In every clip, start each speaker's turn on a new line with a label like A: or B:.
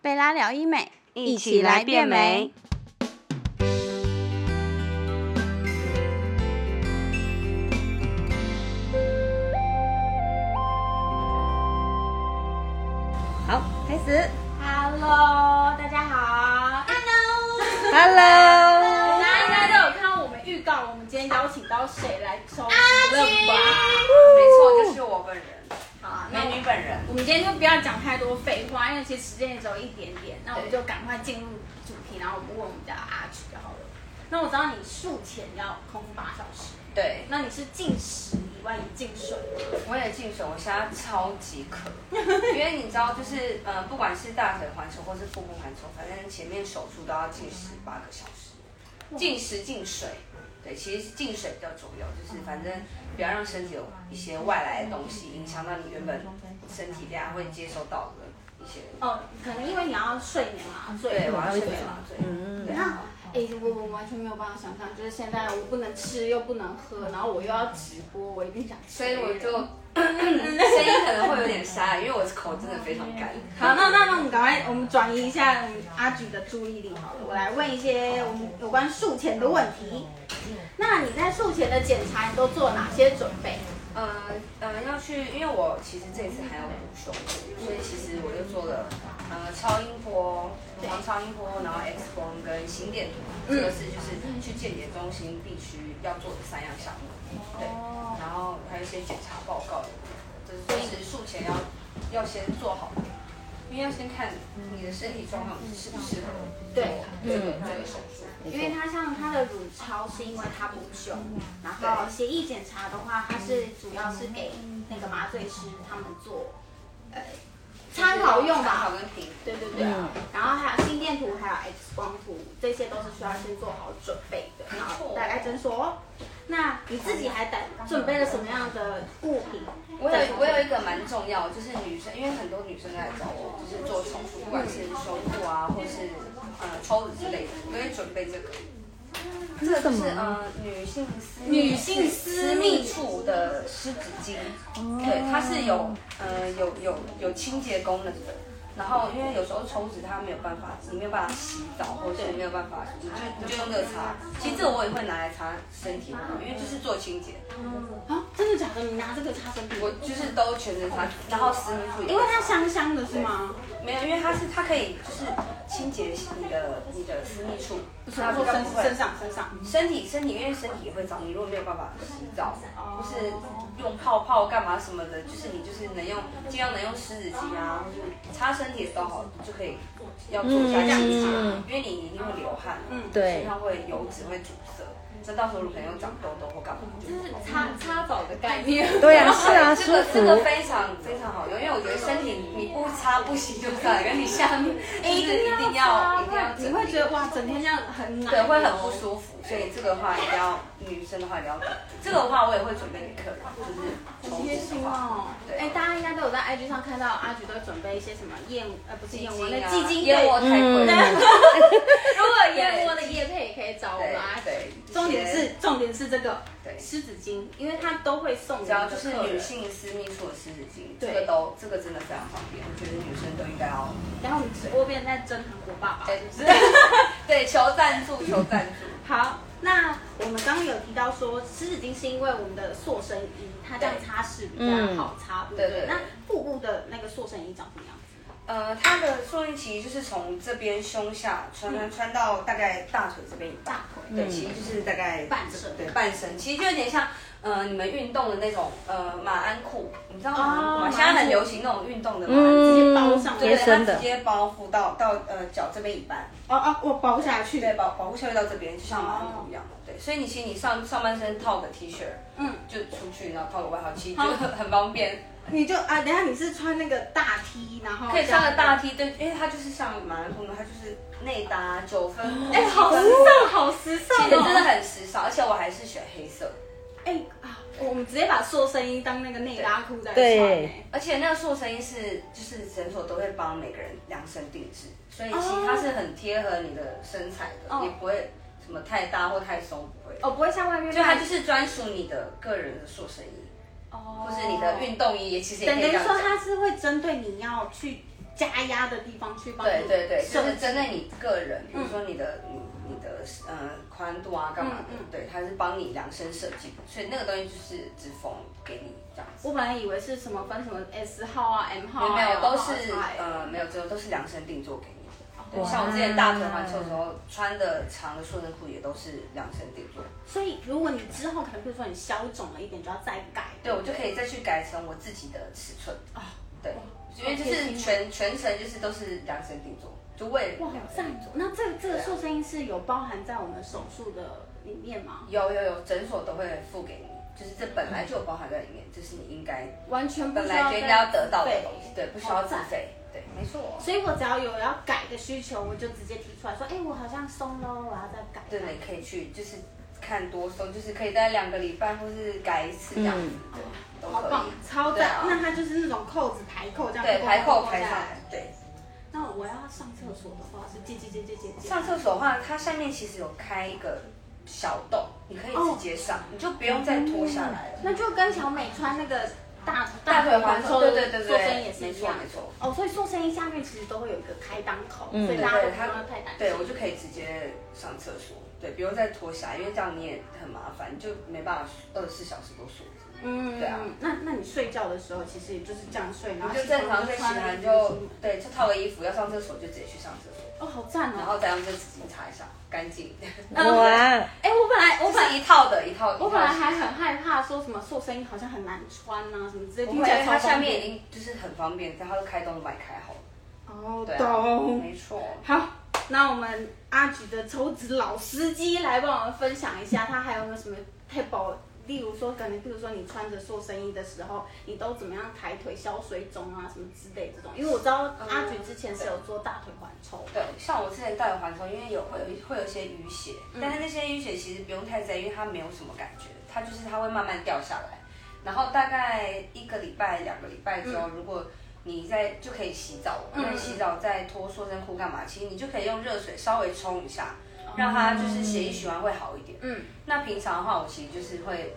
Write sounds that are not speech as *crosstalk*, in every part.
A: 贝拉聊医美，
B: 一起来变美。好，开始。
A: Hello，大家好。Hello。
B: Hello，
C: 大家应该都有看到我们预告，我们今天邀请到谁来收拾了吧？
D: 没错，就是我本人，
C: 好啊，那
D: 美
C: 我
D: 女本人。
C: 我们今天就不要讲太多废话，因为其实时间也只有一点点，那我们就赶快进入主题，然后我们问我们的阿菊就好了。那我知道你术前要空腹八小时，
D: 对，
C: 那你是进食以外也进水吗？
D: 我也进水，我现在超级渴，因为你知道，就是呃，不管是大腿环球或是腹部环球，反正前面手术都要进十八个小时，进食进水。对，其实进水比较重要，
C: 嗯
D: 就是反正不要让身体有一些外来的东西影响到你原本身体大家会接收到的一些。
C: 哦，可能因为你要睡眠麻醉，
D: 嗯对，我要睡
C: 睡
D: 眠
C: 眠
D: 麻醉。
B: 嗯
D: 对
C: 那哎、我我完全没有办法想象，就是现在我不能吃又不能喝，然后我又要直播，我一定想吃。
D: 所以我
C: *laughs*
D: 就声音可能会有点沙，因为我口真的非常干。
C: 好，那那那我们赶快，我们转移一下我们阿菊的注意力好了。我来问一些我们有关术前的问题。那你在术前的检查，你都做哪些准备？
D: 呃呃，要去，因为我其实这一次还要补胸部，所以其实我就做了呃超音波、乳房超音波，然后 X 光跟心电图，这个是就是去健检中心必须要做的三样项目。对，
C: 哦
D: 然后还有一些检查报告的部分，这是就是术前要要先做好的，因为要先看你的身体状况适不适合做
C: 对
D: 这个这个手术。
C: 因为它像它的乳超是因为它不胸，然后协议检查的话，它是主要是给那个麻醉师他们做，呃，参考用
D: 参考
C: 吧。
D: 跟评估。
C: 对对对、啊，然后还有心电图，还有 X 光图，这些都是需要先做好准备的。然后带来诊所哦。那你自己还带准备了什么样的物品？
D: 我有我有一个蛮重要，就是女生，因为很多女生来找我，就是做手术，不管是修复啊，或是呃抽脂之类的，我都会准备这个。这个就是呃女性私密
C: 女性私密
D: 处的湿纸巾，对，哦它是有呃有有有清洁功能的。然后因为有时候抽脂它没有办法，你没有办法洗澡，或者是没有办法，你就你就用这个擦。其实这个我也会拿来擦身体，因为就是做清洁，
C: 啊，真的假的？你拿这个擦身体？
D: 我就是都全身擦，然后私密处也会
C: 因为它香香的是吗？
D: 没有，因为它是它可以就是清洁你的你的私密处，它比
C: 说
D: 较
C: 身
D: 不会
C: 身上身上。
D: 身体身体，因为身体也会脏，你如果没有办法洗澡，或
C: 哦
D: 是用泡泡干嘛什么的，就是你就是能用尽量能用湿纸巾啊，或是擦身体都好，就可以要做一下清洁，
C: 嗯
D: 因为你一定会流汗，嗯，
B: 对
D: 身
C: 呃
D: 上会油脂会阻塞，这到时候如果可能又长痘痘或干嘛，就
C: 就是擦擦澡的概念。 *laughs*
B: 对啊，是啊，
D: 这
B: 舒
D: 个这个
B: 服。
D: 非常非常好用，因为我觉得身体你不擦不行就算了，因为你下面
C: 哎
D: *laughs* 就是一定要一定要
C: 你会觉得哇，整天这样很难。
D: 对会很不舒服，所以这个的话一定要女生的话一定要懂。这个的话我也会准备给客人，就是
C: 好
D: 抽
C: 贴
D: 脂
C: 心
D: 的话，
C: 哦！
D: 对
C: 哎，大家应该都有在 IG 上看到阿菊都准备一些什么燕呃不是燕窝，那
D: 啊
C: 鸡精
D: 燕窝
C: 对。嗯
D: 太贵 *laughs* 了，
C: 如果有燕窝的叶配也可以找我
D: 对
C: 们阿菊。
D: 对，
C: 重点是重点是这个
D: 对
C: 湿纸巾，因为它都会送
D: 只
C: 给
D: 要
C: 我们
D: 就
C: 的
D: 是
C: 客人
D: 女。性私密处的湿纸巾，这
C: 对
D: 个都这个真的非常方便，我觉得女生都应该要
C: 然后我们直播变在真韩国爸爸。
D: 对 *laughs* 对求赞助求赞助。
C: 好，那我们刚刚有提到说湿纸巾是因为我们的塑身衣，它这样擦拭比较好擦，对不嗯对？
D: 对对对
C: 那腹部的那个塑身衣长什么样子？
D: 呃，它的塑形其实就是从这边胸下穿穿穿到大概大腿这边一半，
C: 大腿
D: 对，其实就是大概
C: 半身
D: 对半身，其实就有点像呃你们运动的那种呃马鞍裤，你知道马鞍裤
C: 哦
D: 吗？现在很流行那种运动的马鞍裤，
C: 接包
B: 嗯
C: 上，
D: 对
B: 贴
D: 它
B: 身的
D: 直，接包覆到到呃脚这边一半，
C: 哦哦，我包下去。
D: 对，保保护效率到这边，就像马鞍裤一样，
C: 哦
D: 对，所以你其实你上上半身套个 T 恤，
C: 嗯，
D: 就出去然后套个外套，其实就
C: 哦
D: 很很方便。
C: 你就啊，等一下你是穿那个大 T，然后
D: 可以穿
C: 这样
D: 个大 T，对，因为它就是像马鞍裤嘛，它就是内搭哦九分，
C: 哎、好时尚，好时
D: 其
C: 尚
D: 实真的
C: 哦！
D: 很时尚，而且我还是选黑色，
C: 哎、啊，我们直接把塑身衣当那个内搭裤在穿、
B: 对
C: 哎
D: 而且那个塑身衣是就是诊所都会帮每个人量身定制，所以其实它是很贴合你的身材的，
C: 哦
D: 也不会什么太大或太松，不会。
C: 哦，不会像外面
D: 就它
C: 卖
D: 就是专属你的个人的塑身衣，
C: 哦，
D: 或是你的运动衣，也其实也
C: 等
D: 可以这
C: 于
D: 样
C: 说
D: 讲。
C: 它是会针对你要去加压的地方去帮
D: 对
C: 你
D: 对对，
C: 设
D: 就
C: 计
D: 是针对你个人，比如说你的、你你的呃宽度啊，干嘛的，
C: 嗯嗯
D: 对，它是帮你量身设计，所以那个东西就是只缝给你这样子。
C: 我本来以为是什么分什么 S 号啊、M 号啊，
D: 没有，
C: L 号
D: 都
C: 啊
D: 是
C: S 号啊
D: 呃没有，只有都是量身定做给你的。对，
B: 哇
D: 像我之前大腿环球的时候穿的长的塑身裤也都是量身定做。
C: 所以如果你之后可能比如说你消肿了一点，就要再改。
D: 对，我就
C: 以。
D: 可以再去改成我自己的尺寸。
C: 啊
D: 对，因为就
C: 好贴心哦
D: 是全全程就是都是量身定做，就为了
C: 哇，好
D: 量身
C: 赞
D: 定
C: 哦
D: 做！
C: 那这这个塑身衣是有包含在我们手术的里面吗？
D: 有有有，诊所都会付给你，就是这本来就有包含在里面，这是你应该
C: 完全不
D: 本
C: 需
D: 来
C: 要
D: 就应该要得到的
C: 再
D: 东
C: 自
D: 西
C: 费，哦
D: 对，不需要自。
C: 好赞
D: 费，对，没错。
C: 所以我只要有要改的需求，我就直接提出来说，哎，我好像松了，我要再改。
D: 对的，你可以去就是看多松，就是可以在两个礼拜或是改一次这样子，
C: 嗯
D: 对，都
C: 好
D: 可
C: 棒
D: 以，，
C: 超
D: 对啊
C: 赞！那它就是那种扣子排扣这样，
D: 对，排扣排上
C: 下
D: 来
C: 来。，
D: 对。
C: 那我要上厕所的话是接接接接接接。
D: 上厕所的话，它下面其实有开一个小洞，你可以直接
C: 哦
D: 上，你就不用再脱下来了。
C: 那就跟小美穿那个大
D: 大腿环
C: 收
D: 扣，
C: 的
D: 对对对对，
C: 塑身也是
D: 没
C: 一
D: 错
C: 样。
D: 没错。
C: 哦，所以塑身衣下面其实都会有一个开裆口，
B: 嗯
C: 所以
D: 对
C: 大家都
D: 对，
C: 不
D: 它
C: 用太担心。
D: 对我就可以直接上厕所，对，不用再脱下来，因为这样你也很麻烦，你就没办法二十四小时都锁着。
C: 嗯，
D: 对啊
C: 那那你睡觉的时候其实也就是这样睡，然后
D: 你就正常在洗
C: 穿
D: 完
C: 衣
D: 就
C: 服出门
D: 对，就套个衣服，要上厕所就直接去上厕所，
C: 哦，好赞
D: 然
C: 哦！
D: 后再用这纸巾擦一下，干净。
B: 哇，
C: 哎，我本来我
D: 我
C: 本
D: 本
C: 来
D: 来一套的，一套。
C: 我
D: 一套
C: 本来
D: 是
C: 还很害怕说什么塑身衣好像很难穿啊什么之类，
D: 不
C: 听起
D: 会，因为
C: 来超
D: 它下
C: 方
D: 面已
C: 便。
D: 经就是很方便，它都开洞买开好了。
C: 哦，
D: 对啊
C: 懂。
D: 没错。
C: 好，那我们阿菊的抽脂老司机来帮我们分享一下，他还有没有什么 t i 例如说，可能比如说你穿着塑身衣的时候，你都怎么样抬腿消水肿啊，什么之类这种。因为我知道
D: 嗯
C: 阿菊之前是有做大腿环抽，
D: 对，呃像我之前戴环抽，因为有会有一会有一些淤血，但是那些淤血其实不用太在意，因为它没有什么感觉，它就是它会慢慢掉下来。然后大概一个礼拜、两个礼拜之后，如果你在就可以洗澡，因为洗澡再脱塑身裤干嘛，其实你就可以用热水稍微冲一下，让它就是血液循环会好一点。
C: 嗯，
D: 那平常的话，我其实就是会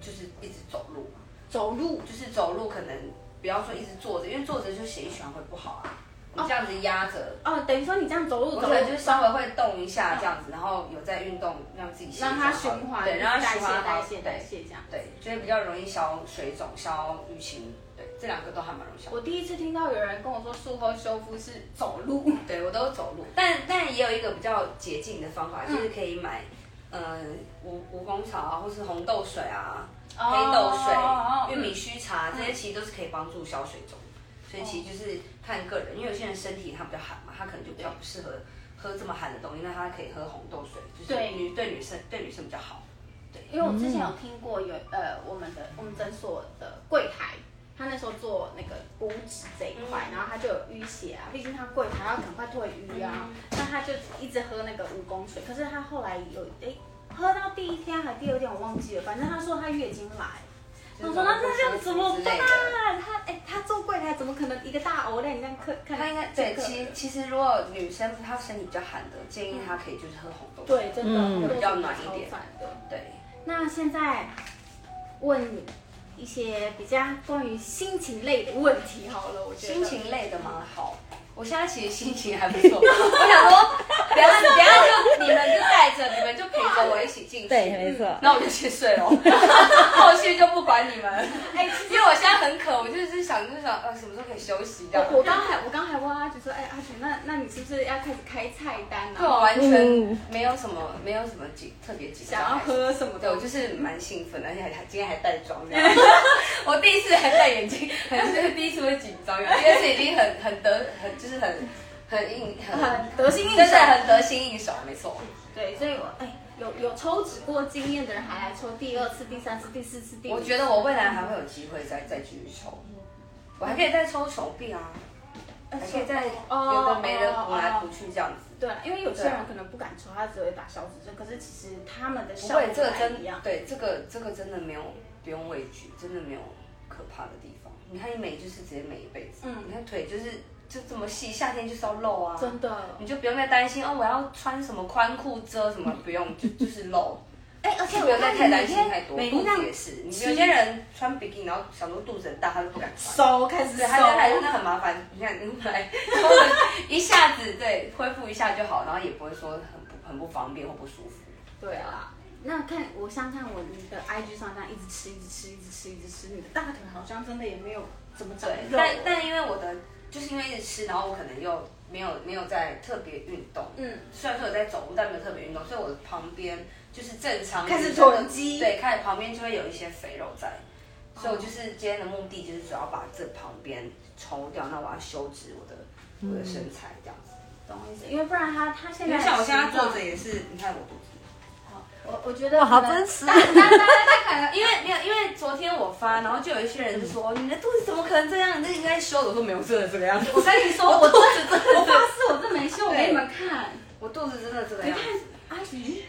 D: 就是一直走路，
C: 走路
D: 就是走路可能不要说一直坐着，因为坐着就血液循环会不好啊。你这样子压着。
C: 哦，等于说你这样走路
D: 我
C: 走
D: 可
C: 路
D: 能就是稍微会动一下这样子，然后有在运动，让自己血液
C: 让它
D: 循
C: 循
D: 环好
C: 环，
D: 对，让它
C: 代
D: 循
C: 谢
D: 环
C: 代
D: 好
C: 谢代
D: 对
C: 谢这样。
D: 对，就会比较容易消水肿、消淤青，对，这两个都还蛮容易消。
C: 我第一次听到有人跟我说术后修复是走路，
D: 对我都走路，但但也有一个比较捷径的方法，就是可以买，呃，蜈蜈蚣草啊，或是红豆水啊、黑豆
C: 哦哦哦嗯
D: 水、玉米须茶，这些其实都是可以帮助消水肿。所以其实
C: 哦
D: 就是看个人，因为有些人身体他比较寒嘛，他可能就比较不适合喝这么寒的东西，那他可以喝红豆水，就是
C: 对
D: 女对女生对女生比较好。
C: 因为我之前有听过有呃我们的我们诊所的柜台，他那时候做那个骨脂这一块，然后他就有淤血啊，毕竟他柜台要赶快退淤啊，那他就一直喝那个蜈蚣水，可是他后来有诶喝到第一天还第二天我忘记了，反正他说他月经来。我说那那这样怎么
D: 之类
C: 办
D: 的？
C: 他哎、他做柜台怎么可能一个大偶脸这样看看？
D: 他应该对，其其实如果女生她身体比较寒的，建议她可以就是喝红豆水。
C: 对，真的、
B: 嗯
C: 我都
D: 比较暖一
C: 超
D: 点
C: 赞的。
D: 对，
C: 那现在问你一些比较关于心情类的问题好了，我觉得
D: 心情类的吗？好，我现在其实心情还不错。我想说，等一下等一下就你们就带着，你们就陪着我一起进去。
B: 对，没错，
D: 那我就去睡喽， *laughs* 后续就不管你们，
C: 哎，其实
D: 因为我现在很渴，我就是想就是想呃什么时候可以休息这样。
C: 我我刚还我刚还问阿菊说，哎，阿菊，那那你是不是要开始开菜单
D: 对我
C: 了？
D: 完
C: 嗯
D: 全没有什么没有什么紧特别紧张
C: 想要
D: 还是
C: 喝什么
D: 对，我
C: 的？
D: 就是蛮兴奋的，而且还今天还带妆这样。 *laughs* 我第一次还戴眼镜，还是第一次会紧张，第二次已经很很得很就是很很应很
C: 很得心应
D: 真的
C: 手。
D: 很得心应手，没错。
C: 对，所以我哎，有有抽脂过经验的人还来抽第二次、第三次、第四次、第五
D: 我
C: 次。
D: 觉得我未来还会有机会再再继续抽，
C: 嗯
D: 我还可以再抽手臂啊，还可以再
C: 哎哦
D: 有的没的补来补去这样子。
C: 对，因为有些
D: 对
C: 人
D: 啊
C: 可能不敢抽，他只会打消脂针，可是其实他们的
D: 不
C: 效果
D: 会，这个
C: 还
D: 真
C: 一样。
D: 对这个这个真的没有不用畏惧，真的没有可怕的地方。你看你美就是直接美一辈子，
C: 嗯
D: 你看腿就是就这么细，夏天就是要露啊，
C: 真的。
D: 你就不用再担心哦，我要穿什么宽裤遮什么，不用就就是露。
A: 哎，而且
D: 不
A: 我
D: 要再
A: 看
D: 太担
A: 你每
D: 心
A: 天
D: 太多，
A: 每
D: 肚
A: 天这
D: 子
A: 样
D: 也是。你有些人穿比基尼，然后想说肚子很大，他都不敢穿。
C: 收开始
D: 对，他将来
A: 哦
D: 真的很麻烦。你看，你来 *laughs* 一下子对恢复一下就好，然后也不会说很不很不方便或不舒服。
C: 对啦，那看我想看我你的 IG 上这样一直吃，一直吃，一直吃，一直吃，你的大腿好像真的也没有怎么长
D: 对，
C: 肉。
D: 但但因为我的就是因为一直吃，然后我可能又没有没有在特别运动，
C: 嗯，
D: 虽然说有在走路，但没有特别运动，所以我的旁边就是正常
C: 开始囤积哦
D: 对，开始旁边就会有一些肥肉在。所以我就是今天的目的就是主要把这旁边抽掉，那我要修直我的我的身材这样子。
C: 懂我意思，因为不然他他现
D: 因
C: 在
D: 为像我现在坐着
C: 形
D: 也是，你看我肚子。
C: 状，我我觉得
B: 哇，好
C: 可能
B: 真实。
D: 大家大家可能因为没有，因为昨天我发，然后就有一些人就说你的肚子怎么可能这样？你这应该修 *laughs* 的。我说没有，真的这个样子。
C: 我跟你说，我肚子真的，我发誓我真没秀，我
D: 对
C: 给你们看，
D: 我肚子真的这个
C: 你
D: 样
C: 看
D: 子。
C: 阿姨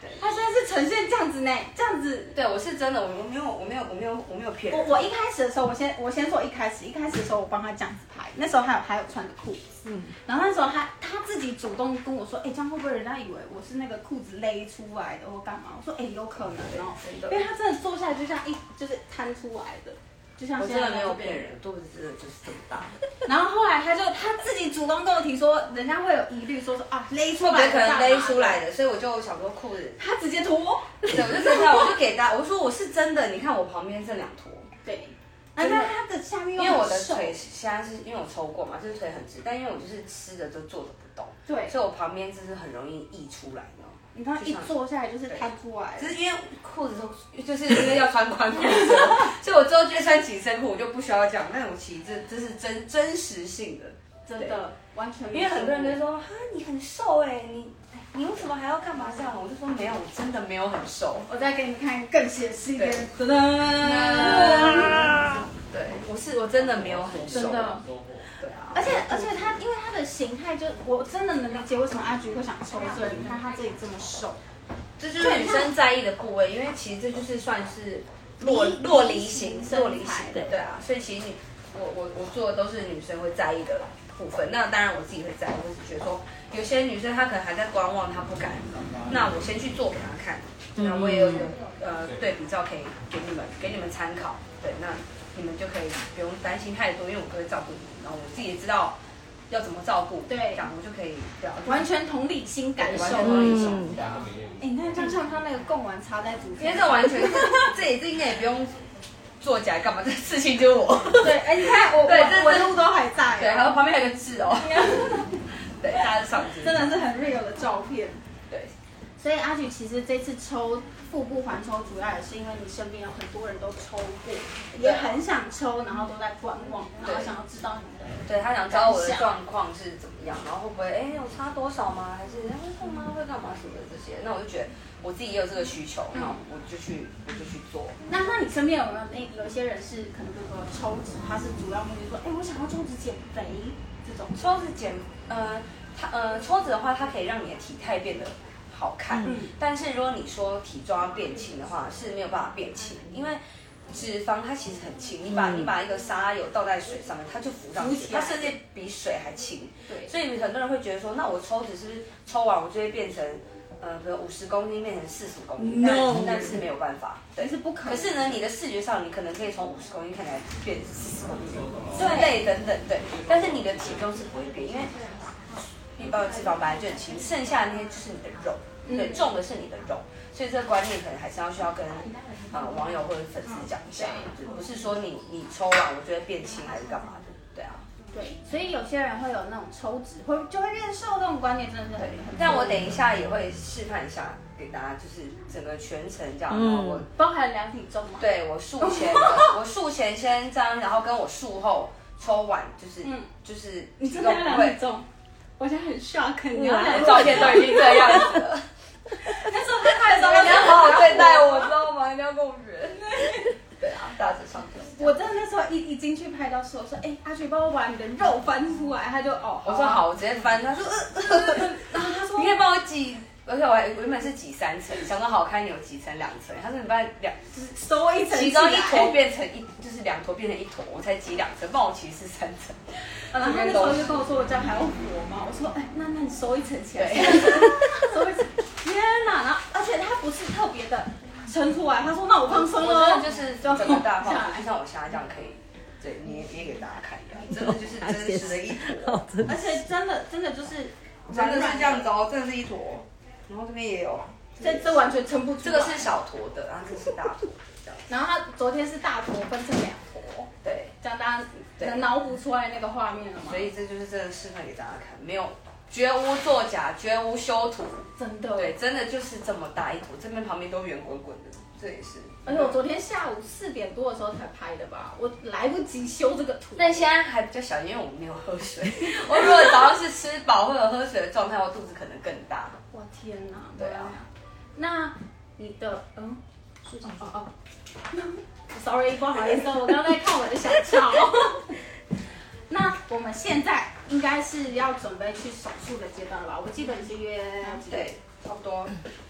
D: 对，
C: 她现在是呈现这样子呢，这样子。
D: 对，我是真的，我我没有，我没有，我没有，我没有骗
C: 我
D: 人。
C: 我一开始的时候，我先我先说一开始，一开始的时候我帮她这样子拍，那时候还有还有穿着裤子，
D: 嗯
C: 然后那时候她她自己主动跟我说，哎、这样会不会人家以为我是那个裤子勒出来的或干嘛？我说，哎、有可能哦，
D: 真
C: 因
D: 的
C: 为她真的坐下来就像一就是摊出来的，就像
D: 我
C: 现
D: 真
C: 在
D: 的没有
C: 这边
D: 骗人，肚子真的就是这么大。
C: 然后后来她就她自己主动跟我提说，人家会有疑虑，说说啊勒出
D: 我
C: 来
D: 觉
C: 的
D: 可能勒出
C: 干嘛的
D: 来的，所以我就想说裤子，
C: 他直接脱。
D: 对，我就 *laughs* 真的，我就给大，我说我是真的，你看我旁边这两坨。
C: 对，啊，
D: 真的
C: 那他的下面
D: 因
C: 又
D: 为我的
C: 很瘦
D: 腿现在是因为我抽过嘛，就是腿很直，但因为我就是吃的就坐着不动，
C: 对
D: 所以我旁边就是很容易溢出来的。
C: 你看一坐下来就是摊出来
D: 只
C: 了，
D: 是因为裤子都就是因为要穿宽裤子，哦所以我之后就穿紧身裤，我就不需要讲那种其实这这是真真实性的，
C: 真的完全没
D: 因
C: 有
D: 为很多人就说啊你很瘦哎、你你为什么还要干嘛这样？我就说没有，我真的没有很瘦。
C: 我再给你们看更显示一点，嗯
D: 真的， *laughs* 对，我是我真的没有很瘦，
C: 真的。哦
D: 对啊。
C: 而且而且他因为他的形态就我真的能理解为什么阿菊会想抽这里，你看他这里这么瘦，
D: 这就是女生在意的部位，因为其实这就是算是落
C: 离
D: 落离型
C: 离，型
D: 落离
C: 身材
D: 型，
C: 对
D: 对啊，所以其实你我我我做的都是女生会在意的部分。那当然我自己会在意，就是觉得说有些女生她可能还在观望，她不敢，那我先去做给她看，
C: 嗯
D: 那我也有一个呃对比照可以给你们给你们参考，对，那你们就可以不用担心太多，因为我都会照顾你们，然后我自己也知道要怎么照顾，
C: 对
D: 这样我就可以对啊
C: 完全同理心感受。
D: 完全同理
C: 哎、
D: 心
B: 嗯
D: 对啊。
C: 你看就像他那个贡丸插在竹
D: 因为
C: 间，
D: 这完全，这也这应该也不用作假干嘛，这事情就是 *laughs* 我。
C: 对，哎、你看我
D: 对这
C: 我
D: 这
C: 纹路都还在、啊
D: 对，还有旁边还有个痣 *laughs* 哦。对，大家都上知。
C: 真的是很 real 的照片。
D: 对，
C: 所以阿菊其实这次抽腹部环抽，主要也是因为你身边有很多人都抽过，也很想抽，然后都在观望，然后想要知道你的。
D: 对他想知道我的状况是怎么样，然后会不会哎我差多少吗？还是哎会痛吗？会干嘛什么的这些？那我就觉得我自己也有这个需求，那我就去我就去做。
C: 那那你身边有没有那有一些人是可能比如说抽脂，他是主要目的说，哎，我想要抽脂减肥这种。
D: 抽脂减呃，它呃抽脂的话，它可以让你的体态变得好看，
C: 嗯
D: 但是如果你说体重要变轻的话，是没有办法变轻，
C: 嗯
D: 因为。脂肪它其实很轻，你把、你把一个沙拉油倒在水上面，它就浮上
C: 浮
D: 去，
C: 起来
D: 它甚至比水还轻。
C: 对
D: 所以很多人会觉得说，那我抽脂是不是抽完我就会变成，呃，比如五十公斤变成四十公斤
C: No
D: 但但是没有办法，对，
C: 也是不可能
D: 可是呢，你的视觉上你可能可以从五十公斤看起来变四十公斤之类等等，对，但是你的体重是不会变，因为你呃脂肪本来就很轻，剩下的那些就是你的肉，对，
C: 嗯
D: 重的是你的肉，所以这个观念可能还是要需要跟呃网友或者粉丝讲一下，就不是说你你抽完我就会变轻还是干嘛的，对啊。
C: 对，所以有些人会有那种抽脂会就会变瘦这种观念，真的是很
D: 对
C: 很，
D: 但我等一下也会示范一下给大家，就是整个全程这样。然后我
C: 包含量体重嘛。
D: 对我术前 *laughs* 的，我术前先这样，然后跟我术后抽完，就是、
C: 嗯
D: 就是
C: 你真的要量体
D: 会
C: 重？我现在很 shock，你要量
D: 照片都已经这样子了，
C: 那时候
D: *laughs*
C: 他拍的时候，
D: 你要好好对待我，知道吗？你要跟我圆。对啊，大致上就是这
C: 我
D: 样。
C: 真的那时候一一进去拍到说，我说，哎、阿菊帮我把你的肉翻出来，他就哦，
D: 我说，好，我直接翻，他说，呃
C: 然后他说，
D: 你可以帮我挤，而且我还我原本是挤三层，想说好看你有挤成两层，他说你把两
C: 收一层
D: 其
C: 起
D: 中一
C: 来
D: 坨变成一，就是两坨变成一坨，我才挤两层，不然我其实是三层。
C: 然后他那时候就跟我说，我这样还要活吗？我说，哎、 *laughs* 那那你收一层起来，
D: 对
C: 收一层，天哪！然后而且他不是特别的撑出来。他说那我放松
D: 我觉
C: 喽
D: 得，哦就是整个大
C: 放下
D: 放，
C: 来
D: 就像我现在这样可以，对，捏捏给大家看一样，真的就是真实的一 *laughs* 坨，
B: 真
C: 而且真的真的就是
D: 真的是这样子哦，真的是一坨，然后这边也有，
C: 这这完全撑不住。啊
D: 这个是，小坨的，然后这个是大坨的，这样，
C: 然后他昨天是大坨分成两坨，
D: 对，
C: 这样大家能脑补出来那个画面了吗？
D: 所以这就是真的示范给大家看，没有绝无作假，绝无修图，
C: 真的哦
D: 对，真的就是这么大一坨，这边旁边都圆滚滚的，这也是，
C: 而且我昨天下午四点多的时候才拍的吧，我来不及修这个图。
D: 但现在还比较小，因为我没有喝水。 *laughs* 我如果早上是吃饱或者喝水的状态，我肚子可能更大。
C: 我天哪！
D: 对啊，
C: 那你的嗯，是哦哦 *laughs* ，sorry，不好意思，我刚刚在看我的小抄。 *laughs* 那我们现在应该是要准备去手术的阶段了吧？我记得你是约几点，
D: 对，差不多。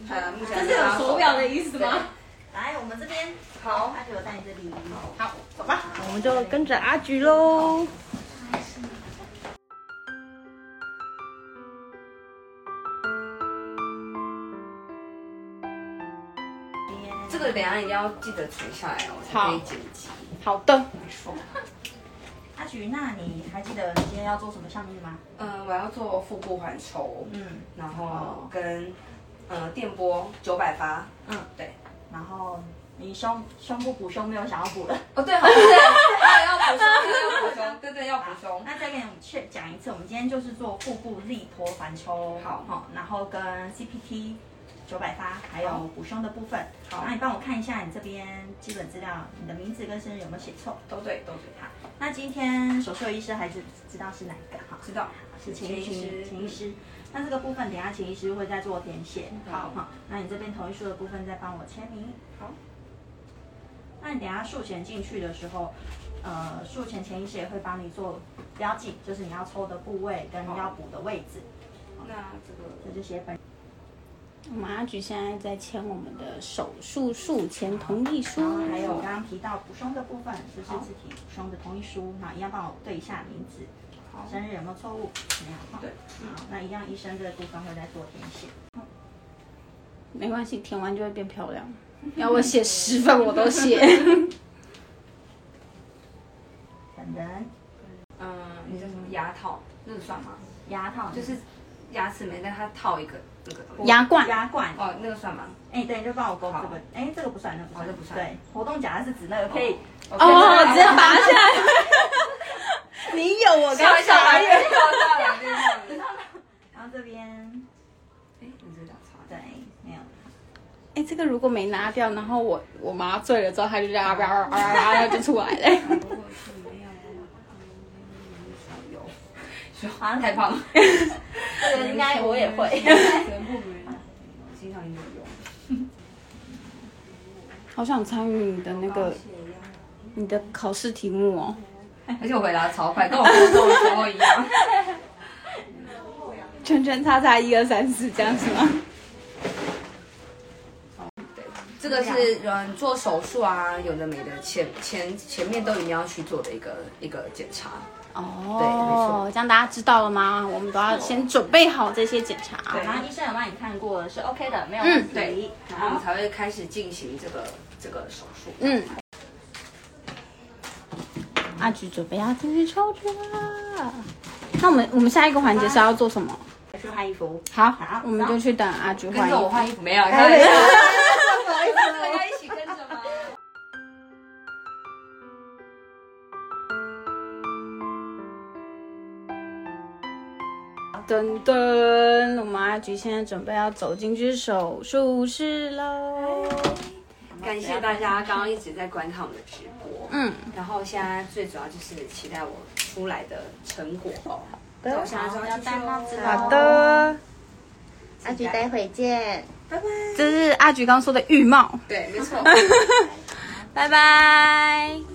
D: 呃，目
C: 这
D: 前
C: 是有手表的意思吗？
A: 来，我们这边，
D: 好
A: 阿九在你这里。
C: 好，走吧。
B: 我们就跟着阿菊喽。
D: 这个等一下一定要记得存下来哦，我才可以剪辑。
C: 好的，
A: 阿菊，那你还记得你今天要做什么项目吗？
D: 嗯，我要做腹部环抽，
A: 嗯，
D: 然后跟呃电波九百发。
A: 嗯
D: 嗯，对。
A: 然后你胸胸部补胸没有想要 *laughs* 补了，
D: 哦，对，好像是。 *laughs* 对要补胸，要补胸，对对，要补胸。
A: 那再给你们确讲一次，我们今天就是做腹部力托环抽，
D: 好
A: 好，然后跟 CPT 九百发，还有
D: 好
A: 补胸的部分。
D: 好
A: 那你帮我看一下你这边基本资料，你的名字跟生日有没有写错？
D: 都对，都对。好，
A: 那今天手术的医师还是知道是哪一个哈？
D: 知道。
A: 是秦医
D: 秦医
A: 师，嗯
D: 师
A: 秦医师。那这个部分等一下秦医师会再做填写，
D: 好
A: 哈。那你这边同意书的部分再帮我签名。
D: 好。
A: 那你等一下术前进去的时候，呃，术前前医师也会帮你做标记，就是你要抽的部位跟
D: 好
A: 要补的位置，
D: 那这个。
A: 这就写本。
B: 我们阿菊现在在签我们的手术术前同意书
A: 然后还有刚刚提到补胸的部分，就是自体补胸的同意书，那一样帮我对一下名字，生日有没有错误？没有哈。
D: 对
A: 好，那一样医生这个部分会再做填写。
B: 没关系，填完就会变漂亮。要我写十份我都写。
C: *laughs*
A: 本人
D: 嗯，你叫什么牙套？那个算吗？
A: 牙套
D: 就是牙齿没，但它套一个那个东西。
B: 牙冠
A: 牙冠，
D: 哦，那个算吗？
A: 哎、对，你就帮我勾这
D: 好
A: 个，哎、这个不算，那不算，
D: 哦这不算
A: 对，活动假的是指那个可以，
B: 哦，直接拔下来。 *laughs* 你有我刚
D: 开玩笑，
B: 才
D: 白月到两边这样子。
A: 然后这边
D: 哎，你这打叉。
A: 对，没有，
B: 哎，这个如果没拿掉，然后我我麻醉了之后，它就这样啊啊啊啊啊就出来了。 *laughs*
D: 如果哦是没有的话，嗯有。 *laughs*
A: 好像
D: 太胖了，
A: 这个应该我也会，
D: 全部没有，经常有用。
B: 好想参与你的那个你的考试题目哦。
D: 而且我回答超快，跟我高中的时候一样。
B: 圈圈叉叉一二三四这样子吗？
D: *laughs* 这个是嗯做手术啊，有的没的，前前前面都一定要去做的一个一个检查。
B: 哦，
D: 对没错
B: 这样大家知道了吗？我们都要先准备好这些检查。
A: 好，然后医生有帮你看过了，是 OK 的，没有问题，
D: 嗯对然后我
A: 好
D: 们，才会开始进行这个这个手术。
B: 嗯，阿菊准备要进去抽脂了。那我们我们下一个环节是要做什么？
A: 去换衣服，
B: 好，
A: 好
B: 我们就去等阿菊
D: 跟
B: 换衣
D: 着我
B: 服。
D: 换衣服哎没有？开玩笑，
A: 好，
D: 一起跟着吗？
B: 噔噔，我们阿菊现在准备要走进去手术室喽。
D: 感谢大家刚刚一直在观看我们的直播，
B: 嗯，
D: 然后现在最主要就是期待我出来的成果哦。那我现在就要
A: 要
D: 去
A: 戴帽子
D: 了
A: 了
B: 好的，
A: 阿菊待会见，
B: 这是阿菊刚说的浴帽。 *laughs*
D: 对，没错。
B: 拜拜。